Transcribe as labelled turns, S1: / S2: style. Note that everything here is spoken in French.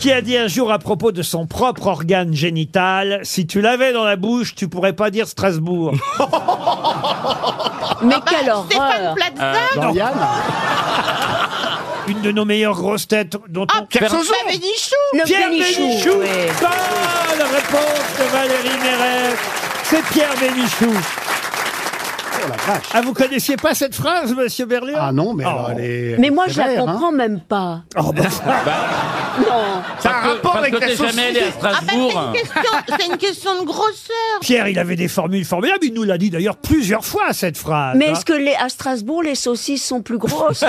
S1: qui a dit un jour à propos de son propre organe génital Si tu l'avais dans la bouche, tu pourrais pas dire Strasbourg.
S2: Mais
S3: Bah,
S2: quelle horreur
S1: Non. Une de nos meilleures grosses têtes dont
S3: ah,
S1: on... Ah,
S2: Le
S1: Pierre
S2: Bénichou,
S1: Bénichou
S2: ouais.
S1: Bonne réponse de Valérie Mérès C'est Pierre Bénichou Ah, vous connaissiez pas cette phrase, monsieur Berlion
S4: Oh, Ah non, mais alors,
S1: Oh.
S4: elle est.
S2: Mais moi, je la
S4: sévère, hein.
S2: comprends même pas.
S1: Oh, bah,
S2: Non.
S4: Ça a un rapport avec la
S5: t'es
S4: saucisse.
S5: jamais allé à
S3: Ah,
S5: Strasbourg.
S3: C'est une bah, question de grosseur.
S1: Pierre, il avait des formules formidables, il nous l'a dit d'ailleurs plusieurs fois, cette phrase
S2: Mais
S1: hein.
S2: est-ce que les, à Strasbourg, les saucisses sont plus grosses